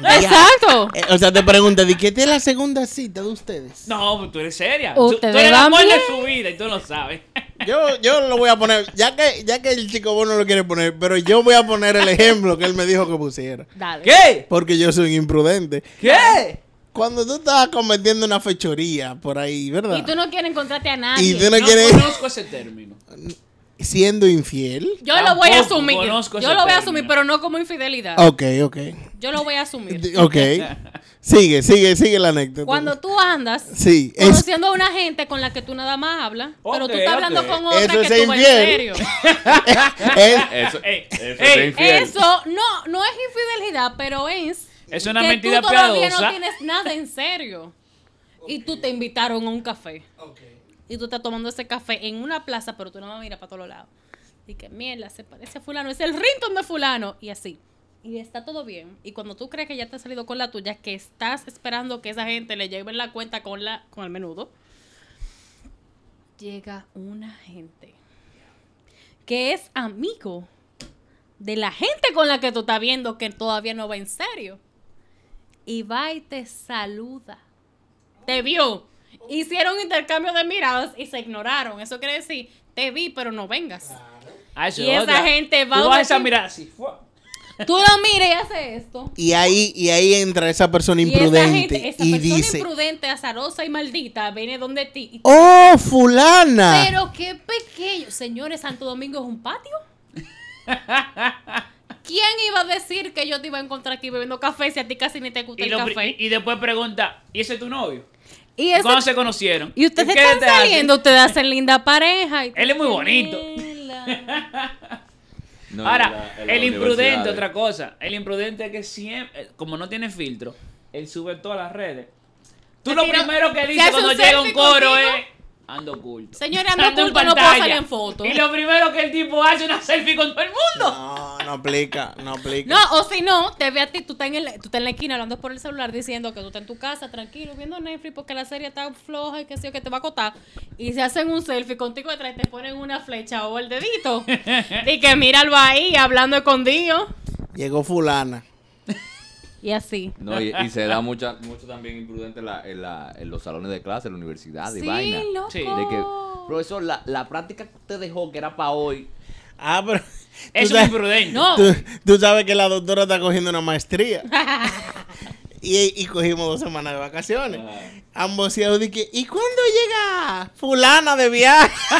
Speaker 3: Exacto.
Speaker 5: Eh, O sea, te preguntas, ¿de qué es la segunda cita de ustedes?
Speaker 6: No, pues tú eres seria. Tú, tú
Speaker 3: Ustedes
Speaker 6: eres el
Speaker 3: van
Speaker 6: amor
Speaker 3: bien.
Speaker 6: de su vida y tú lo sabes.
Speaker 5: Yo, yo lo voy a poner, ya que, ya que el chico vos no lo quiere poner, pero yo voy a poner el ejemplo que él me dijo que pusiera.
Speaker 3: Dale.
Speaker 6: ¿Qué?
Speaker 5: Porque yo soy un imprudente.
Speaker 6: ¿Qué?
Speaker 5: Cuando tú estás cometiendo una fechoría por ahí, ¿verdad?
Speaker 3: Y tú no quieres encontrarte a nadie.
Speaker 5: Y tú no
Speaker 6: No
Speaker 5: quieres
Speaker 6: conozco ese término.
Speaker 5: siendo infiel.
Speaker 3: Yo lo voy a
Speaker 6: Tampoco
Speaker 3: asumir.
Speaker 6: conozco
Speaker 3: Yo
Speaker 6: ese
Speaker 3: lo voy a
Speaker 6: término.
Speaker 3: asumir, pero no como infidelidad.
Speaker 5: Ok, ok.
Speaker 3: Yo lo voy a asumir.
Speaker 5: D- Ok. Sigue, sigue, sigue la anécdota.
Speaker 3: Cuando tú andas
Speaker 5: Sí, es-
Speaker 3: conociendo a una gente con la que tú nada más hablas, pero tú
Speaker 6: Ok,
Speaker 3: estás
Speaker 6: ok.
Speaker 3: hablando con otra
Speaker 5: Eso
Speaker 3: que
Speaker 5: es
Speaker 3: tú vas en
Speaker 5: infiel.
Speaker 3: serio.
Speaker 5: es-
Speaker 2: Eso,
Speaker 6: Ey,
Speaker 2: eso
Speaker 6: ey,
Speaker 2: es infiel.
Speaker 3: Eso no, no es infidelidad, pero es
Speaker 6: Es una
Speaker 3: que
Speaker 6: mentira
Speaker 3: tú todavía no
Speaker 6: piadosa.
Speaker 3: tienes nada en serio. Y tú te invitaron a un café. Y tú estás tomando ese café en una plaza, pero tú no vas a mirar para todos lados. Y que mierda, se parece a fulano, es el rington de fulano. Y así. Y está todo bien. Y cuando tú crees que ya te has salido con la tuya, que estás esperando que esa gente le lleve la cuenta con, la, con el menudo, llega una gente que es amigo de la gente con la que tú estás viendo que todavía no va en serio. Y va y te saluda. Te vio. Hicieron intercambio de miradas y se ignoraron. Eso quiere decir, te vi, pero no vengas.
Speaker 6: Ah, eso
Speaker 3: Y
Speaker 6: es
Speaker 3: esa
Speaker 6: otra.
Speaker 3: gente va
Speaker 6: Tú
Speaker 3: donde
Speaker 6: vas a esa
Speaker 3: ti-
Speaker 6: mirada así. ¡fua!
Speaker 3: Tú lo miras y haces esto.
Speaker 5: y ahí y ahí entra esa persona
Speaker 3: Y esa
Speaker 5: imprudente y,
Speaker 3: gente, esa persona
Speaker 5: dice,
Speaker 3: imprudente, azarosa y maldita, viene donde ti. Y-
Speaker 5: "Oh, fulana."
Speaker 3: Pero qué pequeño. Señores, Santo Domingo es un patio. ¿Quién iba a decir que yo te iba a encontrar aquí bebiendo café si a ti casi ni te gusta
Speaker 6: Y,
Speaker 3: el
Speaker 6: lo pri-
Speaker 3: café?
Speaker 6: y- y después pregunta, ¿y ese es tu novio?
Speaker 3: Y, ese-
Speaker 6: ¿Cuándo se conocieron?
Speaker 3: y ustedes
Speaker 6: qué
Speaker 3: están
Speaker 6: te hace?
Speaker 3: saliendo, ustedes hacen linda pareja. y-
Speaker 6: Él es muy bonito.
Speaker 3: Mela.
Speaker 2: No,
Speaker 6: Ahora,
Speaker 2: en la- eh. en
Speaker 6: el
Speaker 2: las
Speaker 6: imprudente,
Speaker 2: universidades.
Speaker 6: otra cosa. El imprudente es que siempre, como no tiene filtro, él sube todas las redes. Tú
Speaker 3: Se
Speaker 6: lo
Speaker 3: tira-
Speaker 6: primero que
Speaker 3: se
Speaker 6: dices
Speaker 3: hace
Speaker 6: cuando
Speaker 3: un
Speaker 6: llega un
Speaker 3: selfie
Speaker 6: coro
Speaker 3: contigo.
Speaker 6: es. Ando oculto.
Speaker 3: Señores, ando
Speaker 6: en
Speaker 3: oculto, no puedo
Speaker 6: pantalla".
Speaker 3: salir en foto.
Speaker 6: Y lo primero que el tipo hace es una selfie con todo el mundo.
Speaker 5: No, no aplica, no aplica.
Speaker 3: No, o si no, te ve a ti, tú estás, en el- tú estás en la esquina hablando por el celular diciendo que tú estás en tu casa tranquilo viendo Netflix porque la serie está floja y que sé yo, que te va a acotar. Y se hacen un selfie contigo detrás y te ponen una flecha o el dedito. y que míralo ahí hablando escondido.
Speaker 5: Llegó fulana.
Speaker 3: Y así.
Speaker 2: No, y, y se da mucha, mucho también imprudente en, la- en la- en los salones Ah, de clase, en la universidad y
Speaker 3: Sí,
Speaker 2: vaina.
Speaker 3: loco.
Speaker 6: Sí.
Speaker 2: De que, profesor, la, la práctica que usted dejó que era para hoy.
Speaker 5: Ah, pero
Speaker 6: Es
Speaker 5: tú
Speaker 6: un
Speaker 5: sabes-
Speaker 6: imprudente.
Speaker 3: No,
Speaker 5: Tú, tú sabes que la doctora está cogiendo una maestría. y, y cogimos dos semanas de vacaciones. Ambos y dije, ¿y cuándo llega fulana de viaje?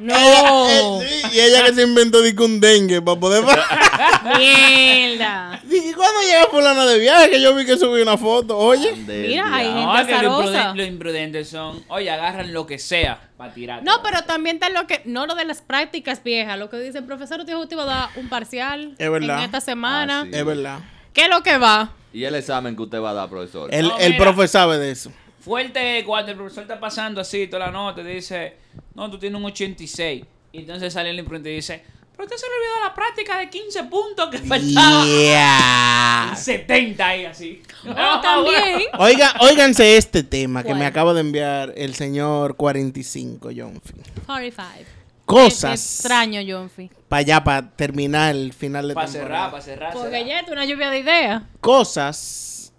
Speaker 3: no.
Speaker 5: Eh, sí, y ella que se inventó dice, un dengue para poder.
Speaker 3: Mierda.
Speaker 5: ¿Y cuándo llega fulana de viaje? Que yo vi que subí una foto. Oye,
Speaker 3: Mira, hay
Speaker 6: No,
Speaker 3: gente
Speaker 6: que los
Speaker 3: azarosa.
Speaker 6: imprudentes, los imprudentes son. Oye, agarran lo que sea para tirar.
Speaker 3: No, pero también está lo que, no lo de las prácticas viejas, lo que dicen, profesor, usted usted va a dar un parcial
Speaker 5: Es verdad.
Speaker 3: en esta semana.
Speaker 2: Ah, sí.
Speaker 5: es verdad.
Speaker 3: ¿Qué es lo que va?
Speaker 2: Y el examen que usted va a dar, profesor.
Speaker 5: El,
Speaker 6: No,
Speaker 5: el
Speaker 6: mira.
Speaker 5: profe sabe de eso.
Speaker 6: Fuerte cuando el profesor está pasando así toda la nota y dice, no, tú tienes un 86. Y entonces sale el imprudente y dice, pero usted se le olvidó la práctica de 15 puntos que faltaba.
Speaker 5: Yeah.
Speaker 6: Y 70 ahí así. Ah,
Speaker 3: O Oh, también,
Speaker 5: Oiga, óiganse este tema que
Speaker 3: ¿Cuál?
Speaker 5: me acaba de enviar el señor 45 John Finn.
Speaker 3: 45. Qué
Speaker 5: Cosas
Speaker 3: extraño, Jonfi.
Speaker 5: para allá para terminar el final de
Speaker 6: Para cerrar,
Speaker 5: temporada.
Speaker 6: para cerrar.
Speaker 3: Porque
Speaker 6: cerrar.
Speaker 3: ya es una lluvia de ideas.
Speaker 5: Cosas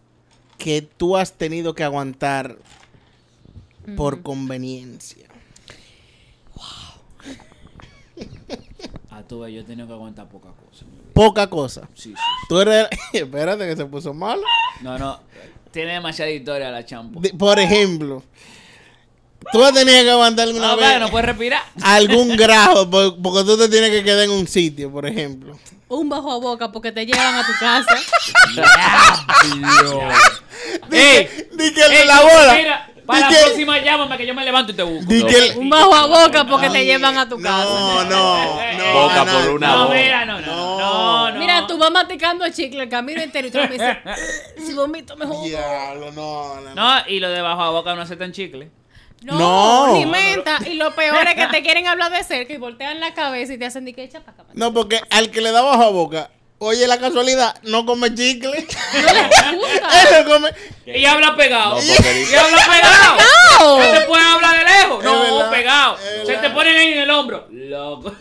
Speaker 5: que tú has tenido que aguantar por conveniencia.
Speaker 6: Ah, tú ves, yo he tenido que aguantar poca cosa. en mi vida.
Speaker 5: Poca cosa.
Speaker 6: Sí, sí, sí.
Speaker 5: Tú eres espérate que se puso malo.
Speaker 6: No, no. Tiene demasiada historia la champo.
Speaker 5: De- por ejemplo, tú has tenido que aguantar alguna
Speaker 6: No,
Speaker 5: vez
Speaker 6: vale, no Ah, puedes respirar.
Speaker 5: algún grado por- porque tú te tienes que quedar en un sitio, por ejemplo.
Speaker 3: Un bajo a boca porque te llevan a tu casa.
Speaker 6: Ey,
Speaker 5: Di que el de
Speaker 6: ey,
Speaker 5: la bola.
Speaker 6: Mira, para
Speaker 5: Di
Speaker 6: la
Speaker 5: que-
Speaker 6: próxima llámame que yo me levanto y te busco.
Speaker 5: di que el-
Speaker 3: Un bajo a boca porque te llevan a tu casa.
Speaker 5: No, no, no.
Speaker 2: Boca
Speaker 5: no,
Speaker 2: por una
Speaker 6: No,
Speaker 2: boca.
Speaker 6: mira, no, no, no, no, no.
Speaker 3: Mira, tu mamá masticando chicle el camino entero y tú me dices, "Ugh, si vomito me jodo".
Speaker 5: Diablo, no, no, no.
Speaker 6: No, y lo de bajo a boca no aceptan chicle.
Speaker 3: No,
Speaker 5: No.
Speaker 3: ni menta. Y lo peor es que te quieren hablar de cerca y voltean la cabeza y te hacen di que echa pa' acá.
Speaker 5: No, porque al que le da bajo a boca, oye la casualidad, no come chicle.
Speaker 3: No les gusta.
Speaker 5: Él no come.
Speaker 6: Y habla pegado.
Speaker 2: No, porque
Speaker 6: y habla pegado.
Speaker 3: No.
Speaker 6: No te pueden hablar de lejos. No,
Speaker 5: verdad,
Speaker 6: pegado.
Speaker 5: es
Speaker 6: Se
Speaker 5: verdad.
Speaker 6: te ponen ahí en el hombro. Loco.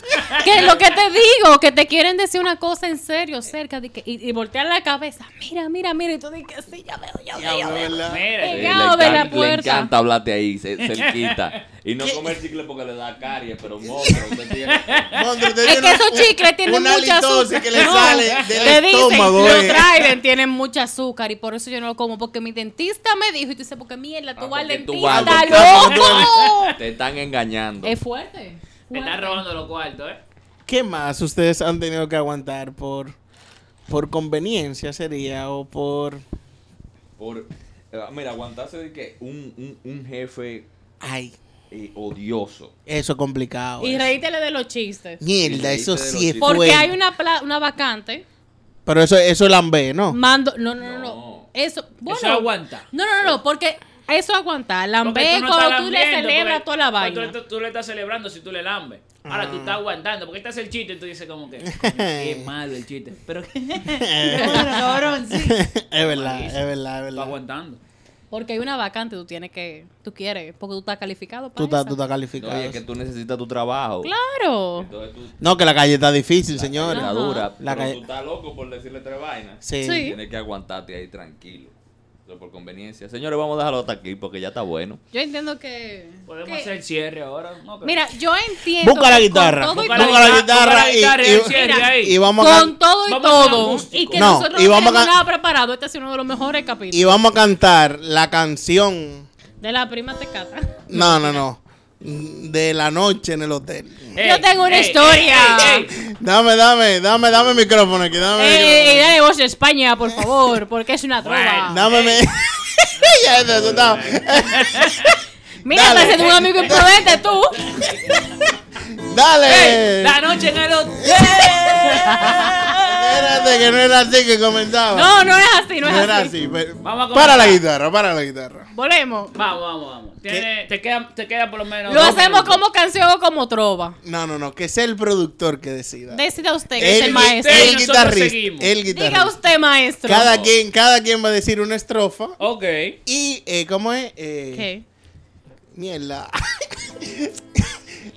Speaker 3: Que lo que te digo, que te quieren decir una cosa en serio cerca de que, y, y voltean la cabeza. Mira, mira, mira. Y tú dices, sí, ya veo, ya veo. ya
Speaker 5: Diablo,
Speaker 3: veo".
Speaker 5: ¿verdad?
Speaker 6: Mira,
Speaker 3: Eh,
Speaker 2: Sí,
Speaker 3: Pegado de la
Speaker 2: encan-
Speaker 3: puerta.
Speaker 2: encanta hablarte ahí, se, cerquita. Y no comer chicle porque le da caries, pero monstruo. usted tiene-
Speaker 5: Monstruo, te
Speaker 3: Es
Speaker 5: viene
Speaker 3: que esos
Speaker 5: una-
Speaker 3: chicles tienen
Speaker 5: una
Speaker 3: mucha
Speaker 5: halitosis
Speaker 3: azúcar.
Speaker 5: que le
Speaker 3: No,
Speaker 5: sale
Speaker 3: te
Speaker 5: del estómago.
Speaker 3: Dicen,
Speaker 5: eh.
Speaker 3: los Trident tienen mucha azúcar y por eso yo no lo como. Porque mi dentista me dijo, y tú dices, porque mierda, tú vas al
Speaker 2: porque tú
Speaker 3: dentista,
Speaker 2: vas al
Speaker 5: dentista.
Speaker 3: loco.
Speaker 2: Te están engañando.
Speaker 3: Es fuerte.
Speaker 6: Me están robando los cuartos, eh.
Speaker 5: ¿Qué más ustedes han tenido que aguantar por, por conveniencia sería o por...
Speaker 2: Por- eh, mira, aguantarse de que un, un- un jefe
Speaker 5: Ay,
Speaker 2: eh, odioso.
Speaker 5: eso es complicado.
Speaker 3: Y
Speaker 5: eso.
Speaker 3: reítele de los chistes.
Speaker 5: Mierda,
Speaker 2: Y reírte de
Speaker 5: eso
Speaker 2: los
Speaker 5: sí es
Speaker 2: chistes.
Speaker 3: Porque
Speaker 5: fuerte.
Speaker 3: hay una, pla- una vacante.
Speaker 5: Pero eso, eso es lambé, ¿no?
Speaker 3: Mando. No, no,
Speaker 2: No.
Speaker 3: no. no. Eso. Bueno,
Speaker 6: Eso aguanta.
Speaker 3: No, no, no, no, Porque eso aguanta.
Speaker 6: Porque
Speaker 3: Lambe
Speaker 6: no
Speaker 3: cuando
Speaker 6: estás
Speaker 3: tú le
Speaker 6: lambiendo,
Speaker 3: celebras
Speaker 6: porque-
Speaker 3: toda la
Speaker 6: porque
Speaker 3: vaina.
Speaker 6: Tú, tú le estás celebrando si tú le lambes. Ahora tú
Speaker 5: Ah.
Speaker 6: estás aguantando, porque este es el chiste y tú dices como que, "Coño, qué malo el chiste. Pero cabrón, sí.
Speaker 5: es verdad, es verdad, es
Speaker 6: Estás
Speaker 5: verdad.
Speaker 6: aguantando.
Speaker 3: Porque hay una vacante, tú tienes que. Tú quieres. Porque tú estás calificado para
Speaker 5: Tú estás,
Speaker 3: esa.
Speaker 5: tú estás
Speaker 2: No,
Speaker 5: calificado.
Speaker 2: y es que tú necesitas tu trabajo.
Speaker 3: Claro.
Speaker 2: Entonces tú
Speaker 5: No, que la calle está difícil, señores.
Speaker 2: Está dura,
Speaker 5: La
Speaker 2: pero
Speaker 5: calle-
Speaker 2: tú estás loco por decirle tres vainas.
Speaker 5: Sí.
Speaker 3: Sí.
Speaker 2: Tienes que aguantarte ahí tranquilo. Eso por conveniencia. Señores, vamos a dejarlo hasta aquí porque ya está bueno.
Speaker 3: Yo entiendo que.
Speaker 6: Podemos
Speaker 3: que-
Speaker 6: hacer el cierre ahora. No, pero-
Speaker 3: Mira, yo entiendo.
Speaker 5: Busca la
Speaker 3: que con
Speaker 5: guitarra.
Speaker 3: todo y
Speaker 5: Busca
Speaker 6: la
Speaker 3: todo-
Speaker 5: la
Speaker 6: guitarra, busca
Speaker 5: guitarra
Speaker 6: la
Speaker 5: y,
Speaker 6: guitarra y
Speaker 5: y-
Speaker 6: el cierre
Speaker 5: mira,
Speaker 6: ahí.
Speaker 5: y vamos a
Speaker 3: Con todo y
Speaker 6: Vamos a ser
Speaker 3: todo.
Speaker 6: acústico.
Speaker 3: Y que
Speaker 5: No,
Speaker 3: nosotros
Speaker 5: y
Speaker 3: no
Speaker 5: vamos a
Speaker 3: tenemos
Speaker 5: ca-
Speaker 3: nada preparado. Este ha sido uno de los mejores
Speaker 5: y
Speaker 3: capítulos.
Speaker 5: vamos a cantar la canción.
Speaker 3: De la prima tecata.
Speaker 5: No, no, no. De la noche en el hotel.
Speaker 6: Ey,
Speaker 3: yo tengo una
Speaker 6: ey,
Speaker 3: historia.
Speaker 6: ey, ey, ey.
Speaker 5: Dame, dame, dame, dame micrófono aquí, dame.
Speaker 3: Ey,
Speaker 5: micrófono.
Speaker 3: ey, Eh, dale voz a España, por favor, porque es una trova.
Speaker 6: Bueno,
Speaker 5: Dame.
Speaker 3: eh.
Speaker 5: mi- ya eso, eso está. Eh,
Speaker 3: Mira,
Speaker 5: Dale.
Speaker 3: estás siendo un amigo imprudente tú.
Speaker 5: Dale.
Speaker 3: Eh,
Speaker 6: Ey, La noche en el hotel.
Speaker 5: Espérate, que no era así que comenzaba.
Speaker 3: No, no es así, no
Speaker 5: No
Speaker 3: es
Speaker 5: era
Speaker 3: así.
Speaker 5: así. pero-
Speaker 6: Vamos a
Speaker 5: Para la
Speaker 6: comenzar.
Speaker 5: guitarra, para la guitarra.
Speaker 3: Volvemos.
Speaker 6: Vamos, vamos, vamos. Tiene- te, queda, te queda por lo menos.
Speaker 3: Lo
Speaker 6: dos
Speaker 3: hacemos
Speaker 6: minutos.
Speaker 3: como canción o como trova.
Speaker 5: No, no, no, que sea el productor que decida.
Speaker 3: Decida usted que es el maestro.
Speaker 6: usted,
Speaker 5: El
Speaker 6: nosotros
Speaker 5: guitarrista.
Speaker 6: seguimos.
Speaker 5: El
Speaker 3: Diga
Speaker 5: guitarrista.
Speaker 3: usted, maestro.
Speaker 5: Cada quien, cada quien va a decir una estrofa.
Speaker 6: Ok.
Speaker 5: Y, eh, ¿cómo es? Eh,
Speaker 3: ¿Qué?
Speaker 5: Mierda.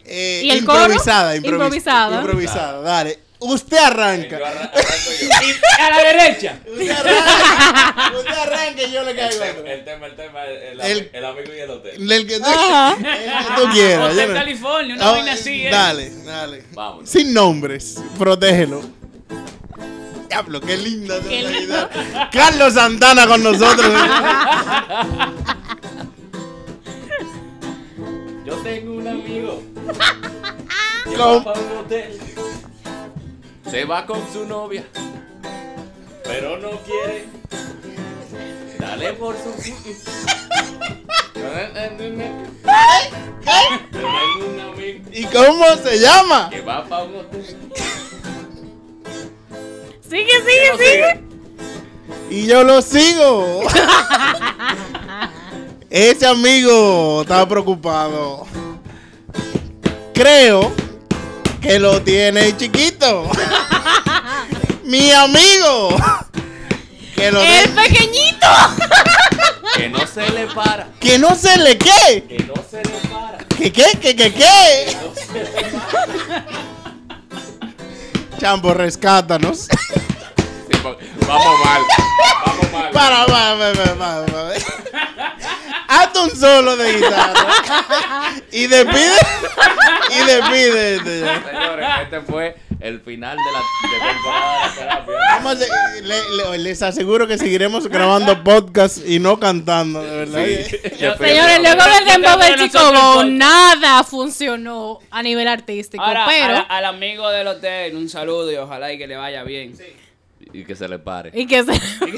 Speaker 5: Eh,
Speaker 3: ¿Y el coro?
Speaker 5: improvisada, improvis-
Speaker 3: Improvisada.
Speaker 5: Improvisada, dale. Usted
Speaker 2: Yo
Speaker 5: arranca.
Speaker 2: arran- arranco yo.
Speaker 6: Y a la derecha.
Speaker 5: Usted arranca. Usted arranca y yo le
Speaker 2: El
Speaker 5: caigo
Speaker 6: Este,
Speaker 2: tema,
Speaker 5: atrás.
Speaker 2: el tema, el, tema, el,
Speaker 5: El-
Speaker 2: el amigo y el hotel.
Speaker 5: El que tú, el que tú quieras. yo
Speaker 6: Hotel
Speaker 5: no-
Speaker 6: California, una
Speaker 5: Ah,
Speaker 6: vaina así. eh.
Speaker 5: Dale, dale.
Speaker 2: Vámonos.
Speaker 5: Sin nombres, protégelo. Diablo, qué linda tonalidad. Carlos Santana con nosotros. ¿eh?
Speaker 2: Yo tengo un amigo. que
Speaker 5: con.
Speaker 7: para un hotel.
Speaker 2: Se va con su novia, pero no quiere. Dale por su. Tengo un amigo
Speaker 5: ¿Y cómo se llama?
Speaker 2: que va pa' un hotel.
Speaker 3: Sigue, sigue, sigue.
Speaker 5: Y yo lo sigo. Ese amigo estaba preocupado. Creo que lo tiene chiquito. Mi amigo. Que lo
Speaker 3: El
Speaker 5: tiene-
Speaker 3: pequeñito.
Speaker 2: Que no se le para,
Speaker 5: Que no se le qué.
Speaker 2: que no se le para.
Speaker 5: ¿Qué, qué, qué, qué, qué? Chambo, rescátanos.
Speaker 2: Sí, pa- vamos mal, vamos mal.
Speaker 5: Para, para, para, para, para. Hazte un solo de guitarra. Y despide. Y despide.
Speaker 2: Señores, este fue el final de la de temporada de terapia.
Speaker 5: Vamos a se- le- le- les aseguro que seguiremos grabando podcast y no cantando, de verdad.
Speaker 3: Señores, luego
Speaker 6: Pero
Speaker 3: del dembow
Speaker 6: nosotros
Speaker 3: del chico
Speaker 6: no-
Speaker 3: Bow, nada funcionó a nivel artístico,
Speaker 6: Ahora,
Speaker 3: pero...
Speaker 6: al, al amigo del hotel, un saludo y ojalá y que le vaya bien.
Speaker 2: Y que se le pare.
Speaker 3: Y que se... Bye.